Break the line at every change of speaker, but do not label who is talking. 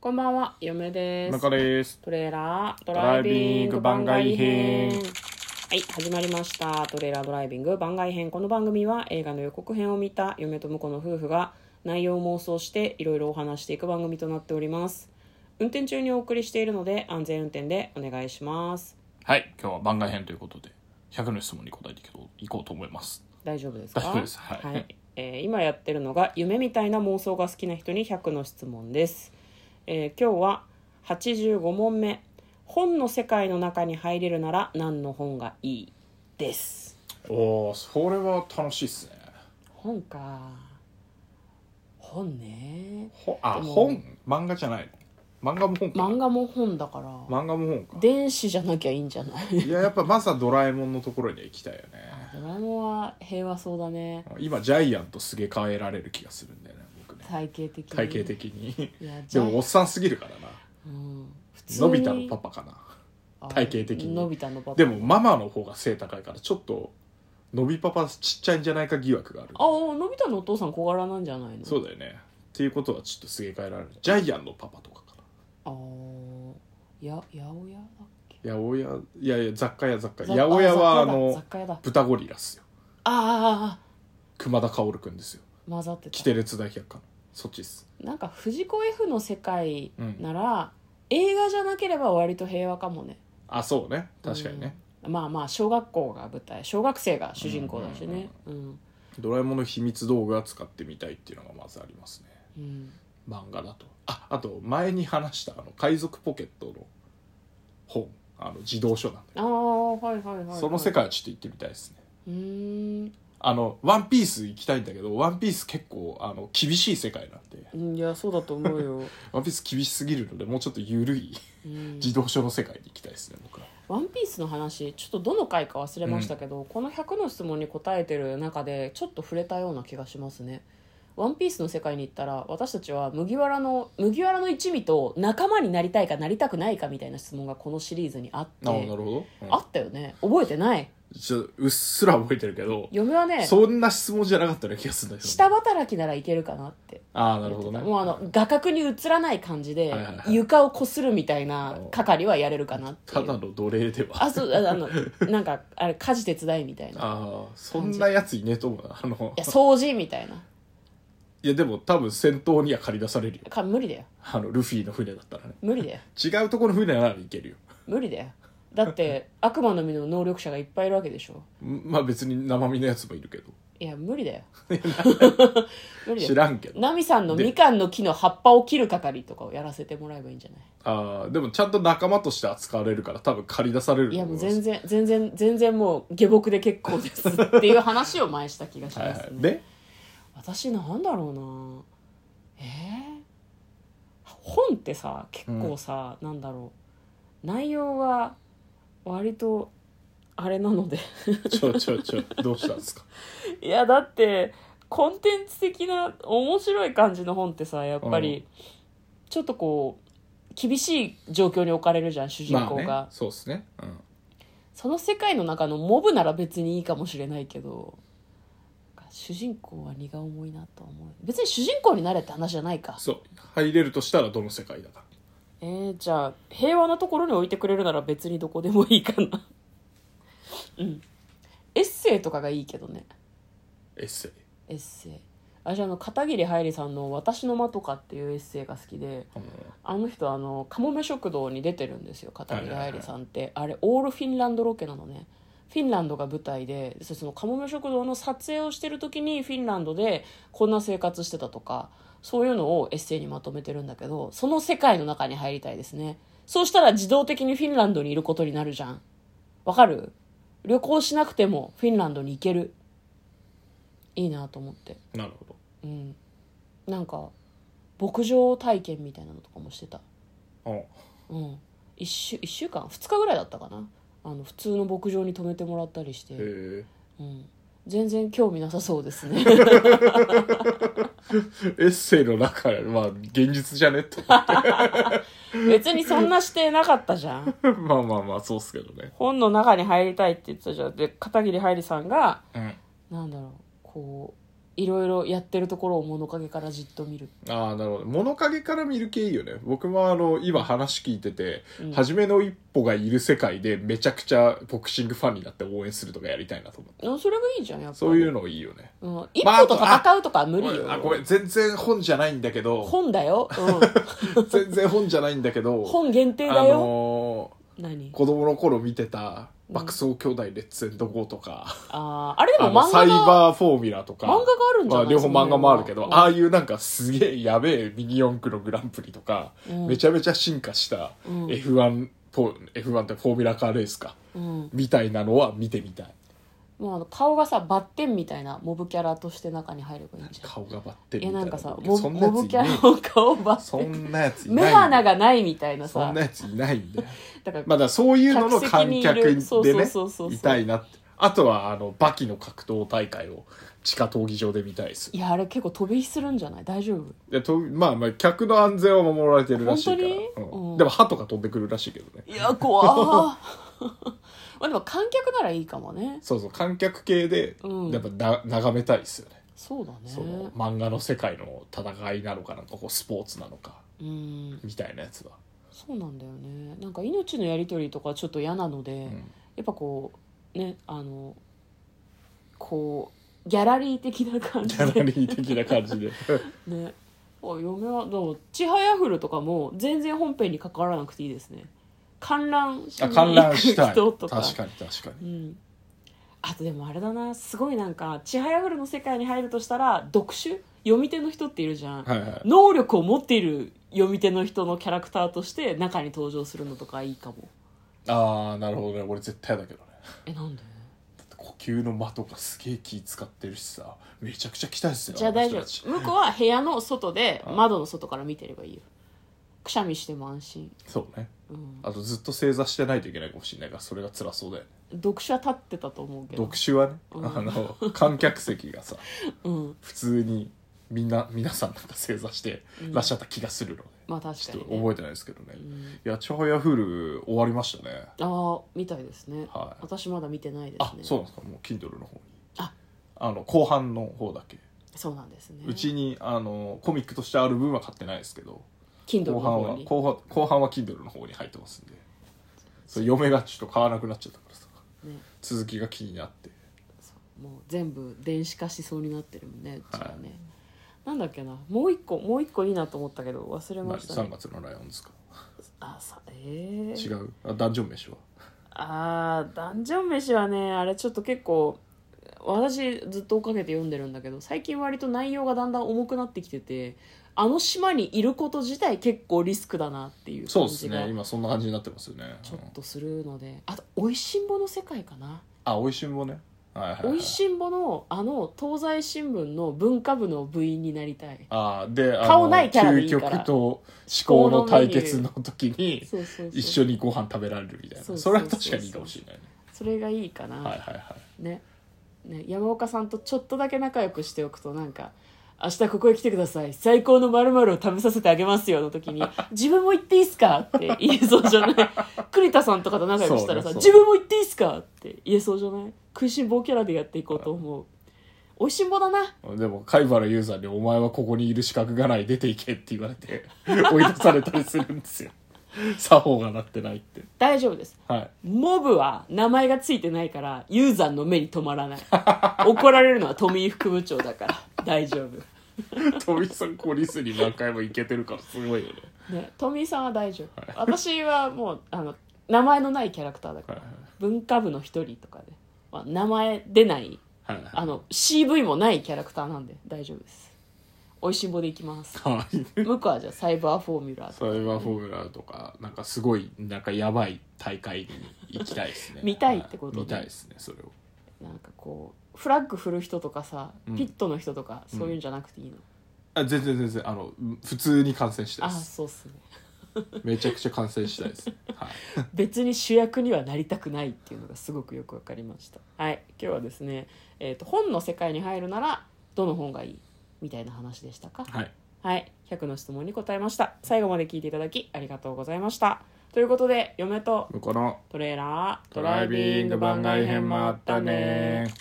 こんばんは、嫁です。
中です。
トレーラードラ
ライ
イ
ビ
ビ
ン
ン
グ
グ番
番外
外
編
編。はい、始まりました。トレーラードライビング番外編。この番組は映画の予告編を見た嫁と婿の夫婦が内容を妄想していろいろお話していく番組となっております。運転中にお送りしているので安全運転でお願いします。
はい、今日は番外編ということで、100の質問に答えていこういこうと思います。
大丈夫ですか
大丈夫ですはい
えー今やってるのが夢みたいな妄想が好きな人に100の質問です、えー今日は85問目本の世界の中に入れるなら何の本がいいです
おお、それは楽しいっすね。
本か本ね
ほあ、
でも
本漫画じゃないの漫画も本か。
漫画も本だから
漫画も本か。
電子じゃなきゃいいんじゃない
いや、やっぱまずはドラえもんのところには行きたいよね。
ドラえもんは平和そうだね
今、ジャイアントすげえ変えられる気がするんだよね、僕ね。
体系的に
体型的に。
いやじ
で
ゃあ
も、おっさんすぎるからな。
うん普通に
のび太のパパかな。
あ
体型的に
のび太のパパ
でも、ママの方が背高いから、ちょっと、のびパパちっちゃいんじゃないか疑惑がある。
ああのび太のお父さん小柄なんじゃないの
そうだよねっていうことはちょっとすげえ変えられるジャイアンのパパとかか
ああややおやだっけ
な八百屋いやいや雑貨屋雑貨
ざ
屋八百屋はあ
雑貨だ雑
の
貨屋だあ
豚ゴリラっすよ
あ
熊田薫くんですよ
ー混ざってた
「キテレツ大百科」のそっちっす
なんか藤子 F の世界
うん
なら、映画じゃなければ割と平和かもね
あそうね確かにね、、
うんまあまあ小学校が舞台小学生が主人公だしねうん、うん
ドラえもんの秘密道具は使ってみたいっていうのがまずありますね漫画だとああと前に話したあの海賊ポケットの本あの児童書なんだよ、
ああはいはいはい、はい、
その世界はちょっと行ってみたいですね
うーん
あの「ワンピース行きたいんだけど「ワンピース結構あの厳しい世界なんで
うんいやそうだと思うよ、
ワンピース厳しすぎるのでもうちょっと 緩い
うん、
自動書の世界に行きたいですね僕は
ワンピースの話ちょっとどの回か忘れましたけど、この100の質問に答えてる中でちょっと触れたような気がしますねワンピースの世界に行ったら私たちは麦わらの麦わらの一味と仲間になりたいかなりたくないかみたいな質問がこのシリーズにあって
なるほどなるほど、うん
あったよね覚えてない
ちょっとうっすら覚えてるけど
嫁はね
そんな質問じゃなかったような気がするんだけど
下働きならいけるかなって
ああなるほどね
もうあの画角に映らない感じで、
はいはいはい
床をこするみたいな係はやれるかなってい
た
う
だの奴隷では
あそうああのなんかあれ家事手伝いみたいな
ああそんなやついねえと思うなあの
いや掃除みたいない
やでも多分戦闘には駆り出されるよ
か無理だよ
あのルフィの船だったらね
無理だよ
違うところの船ならいけるよ
無理だよだ って悪魔の実の能力者がいっぱいいるわけでしょ
んまあ別に生身のやつもいるけど
いや無理だよ 無理だ
知
よ
らんけど
ナミさんのみかんの木の葉っぱを切る係とかをやらせてもらえばいいんじゃない
ああでもちゃんと仲間として扱われるから多分駆り出される
い
と
や
思
もう
ます
全然全然全然もう下僕で結構 ですっていう話を前した気がし
はい
ま
は
すね
いで
私なんだろうなえー本ってさ結構さ、なんだろう内容が割とあれなので
ちょちょちょどうした んですか
いやだってコンテンツ的な面白い感じの本ってさやっぱ
う
りちょっとこう厳しい状況に置かれるじゃん主人公が、
まあね、そうですね、うん、
その世界の中のモブなら別にいいかもしれないけどなんか主人公は荷が重いなとは思う別に主人公になれって話じゃないか
そう入れるとしたらどの世界だか
えー、じゃあ平和なところに置いてくれるなら別にどこでもいいかなうんエッセイとかがいいけどね
エッセイ
エッセイ私あの片桐はいりさんの「私の間」とかっていうエッセイが好きで
うん
あの人あのかもめ食堂に出てるんですよ片桐はいりさんって、あれオールフィンランドロケなのねフィンランドが舞台でそそのかもめ食堂の撮影をしてる時にフィンランドでこんな生活してたとかそういうのをエッセイにまとめてるんだけどその世界の中に入りたいですねそうしたら自動的にフィンランドにいることになるじゃんわかる旅行しなくてもフィンランドに行けるいいなと思って
なるほど
うんなんか牧場体験みたいなのとかもしてた
うん
うん1週一週間2日ぐらいだったかなあの普通の牧場に泊めてもらったりして、
え
うん、全然興味なさそうです ね
ー、エッセイの中まあ現実じゃねってま
別にそんなしてなかったじゃん
あ まあまあそうっすけどね
本の中に入りたいって言ってたじゃんで片桐はいりさんが
うん
なんだろうこういろいろやってるところを物陰からじっと見る
ああなるほど物陰から見る系いいよね僕もあの今話聞いてて、
うん
初めの一歩がいる世界でめちゃくちゃボクシングファンになって応援するとかやりたいなと思って
うんそれもいいじゃんやっぱ
そういうのいいよね
うん、一
まああ
歩
と
と戦うとかは無理よ、
あごめん全然本じゃないんだけど
本だよ、う
全然本じゃないんだけど
ん、本限定
あ
だよ、
のー
何
子供の頃見てた「爆走兄弟レッツエンドゴー」とか、
あーあれで
あ
も
の
漫
サイ
画が
バーフォーミュラとか
漫画があるんじゃない
まあ、両方漫画もあるけど、
その辺は
ああいうなんかすげえやべえミニ四駆のグランプリとか、
うん
めちゃめちゃ進化した
うん
F1 ポ、F1 ってフォーミュラカーレースか
うん、
みたいなのは見てみたい
もうあの顔がさバッテンみたいなモブキャラとして中に入ればいいんじゃ
顔がバッテ
んい
リー
や
みた
ないんかさ
ないや
モ
そんな
モ
やつ
ブ
い
キ
な
ャ
い
ラの顔バ
そ
ッテン
んなやついない
目鼻がないみたいな
そ
さ
んなやついないんだよ
だから、
まあだからそういうのの
客席
観
にい
客
る
でね
そうそうそうそう
いたいなってあとはあのバキの格闘大会を地下闘技場で見たいです
いやあれ結構飛び火するんじゃない大丈夫
でとまあまあ客の安全は守られてるらしいから、
本当に
うん
うん
でも歯とか飛んでくるらしいけどね
いや 怖ーまあでも観客ならいいかもね
そうそう観客系で
うん
やっぱな、眺めたいですよね
そうだね
その漫画の世界の戦いなのかなんかこうスポーツなのか
うん
みたいなやつは、
そうなんだよねなんか命のやり取りとかちょっと嫌なので、
うん
やっぱこうねあのこうギャラリー的な感
ギ
じ
ャラ
で
リー的な感 じで
ねあ嫁はどうちはやふるとかも全然本編に関わらなくていいですね観覧し
あ
に
観覧した
行く 人と
い確か
か
に確かに
うん、あとでもあれだなすごいなんかちはやふるの世界に入るとしたら読書読み手の人っているじゃん、
はいはい
能力を持っている読み手の人のキャラクターとして中に登場するのとかいいかも
ああなるほどね俺絶対だけどね
えなんで
だって呼吸の間とかすげえ気使ってるしさめちゃくちゃ鍛えて
じ
たよ
ゃあ
の
大
人
丈
たち
夫向こうは部屋の外 で
あ
窓の外から見てればいいよくしゃみしても安心、
そうね
うん、
あとずっと正座してないといけないかもしれないからそれが辛そうだよね
読書は立ってたと思うけど
読書はね、
うん
あの観客席がさ
うん
普通にみんな皆さんなんか正座してらっしゃった気がするので、
まあ確
ち
か
ょっ
に
と
ね、
覚えてないですけどね、
う
い
ん
やチャーヤフル終わりましたね
ああみたいですね、
はい
私まだ見てないですね
あそうなんですかもう Kindle の方に
あ
あの後半の方だけ
そうなんですね
うちにあのコミックとしてある分は買ってないですけど
Kindle
後
の
半
方
は
に
後半後半は Kindle の方に入ってますんでそれ嫁がちょっと買わなくなっちゃったからさ
ね
続きが気になって
そうもう全部電子化しそうになってるもんねうちはね、なんだっけなもう一個もう一個いいなと思ったけど忘れましたね
3月のライオンズか
あさえー、
違うあダンジョン飯は
あーダンジョン飯はねあれちょっと結構私ずっと追っかけて読んでるんだけど最近割と内容がだんだん重くなってきててあの島にいること自体結構リスクだなっていう
そう
感
です
じ
ね
が
今そんな感じになってますよね
ちょっとするので、あと「おいしんぼ」の世界かな
あおいしんぼねはいはい、
「お
はい
い、しんぼの」あの東西新聞の文化部の部員になりたい
あーであの
顔ないキャラでいいから
究極と思考の対決の時に
そうそうそう
一緒にご飯食べられるみたいなそ
そうそうそう
れは確かにいいかもしれないね
それがいいかな、
はいはいはい
ねね山岡さんとちょっとだけ仲良くしておくとなんか「明日ここへ来てください最高の〇〇を食べさせてあげますよ」の時 に「自分も行っていいっすか?」って言えそうじゃない栗田さんとかと仲良くしたらさ「
そうねそう
自分も行っていいっすか?」って言えそうじゃない食いしん坊キャラでやっていこうと思うおいしん坊だな
でも貝原雄山に「お前はここにいる資格がない出ていけ」って言われて 追い出されたりするんですよ 作法がなってないって
大丈夫です
はい
モブは名前がついてないからユーザーの目に留まら ない怒られるのは富井副部長だから大丈夫
富井さんこリスに何回も行けてるからすごいよね
ね、トミーさんは大丈夫、私はもうあの名前のないキャラクターだから、
はいはい
文化部の一人とかで、まあ、名前出ない
はいはい
あの CV もないキャラクターなんで大丈夫ですおいしんぼでいきます
はい
向こうはじゃあサイバーフォーミュラー
サ
と
イバーフォーミュラーとかなんかすごいなんかやばい大会に行きたいですね
見たいってことね
見たいですねそれを
なんかこうフラッグ振る人とかさ、
うん
ピットの人とかそういうんじゃなくていいの、
あ全然全然あの普通に観戦した
あ
い
あ
です
そうっすね
めちゃくちゃ観戦したいです、はい、
別に主役にはなりたくないっていうのがすごくよくわかりましたはい今日はですね、えー、と本の世界に入るならどの本がいいみたいな話でしたか
はい、
はい、100の質問に答えました。最後まで聞いていただきありがとうございました。ということで、嫁と
向こうの
トレーラー、
ドライビング番外編もあったね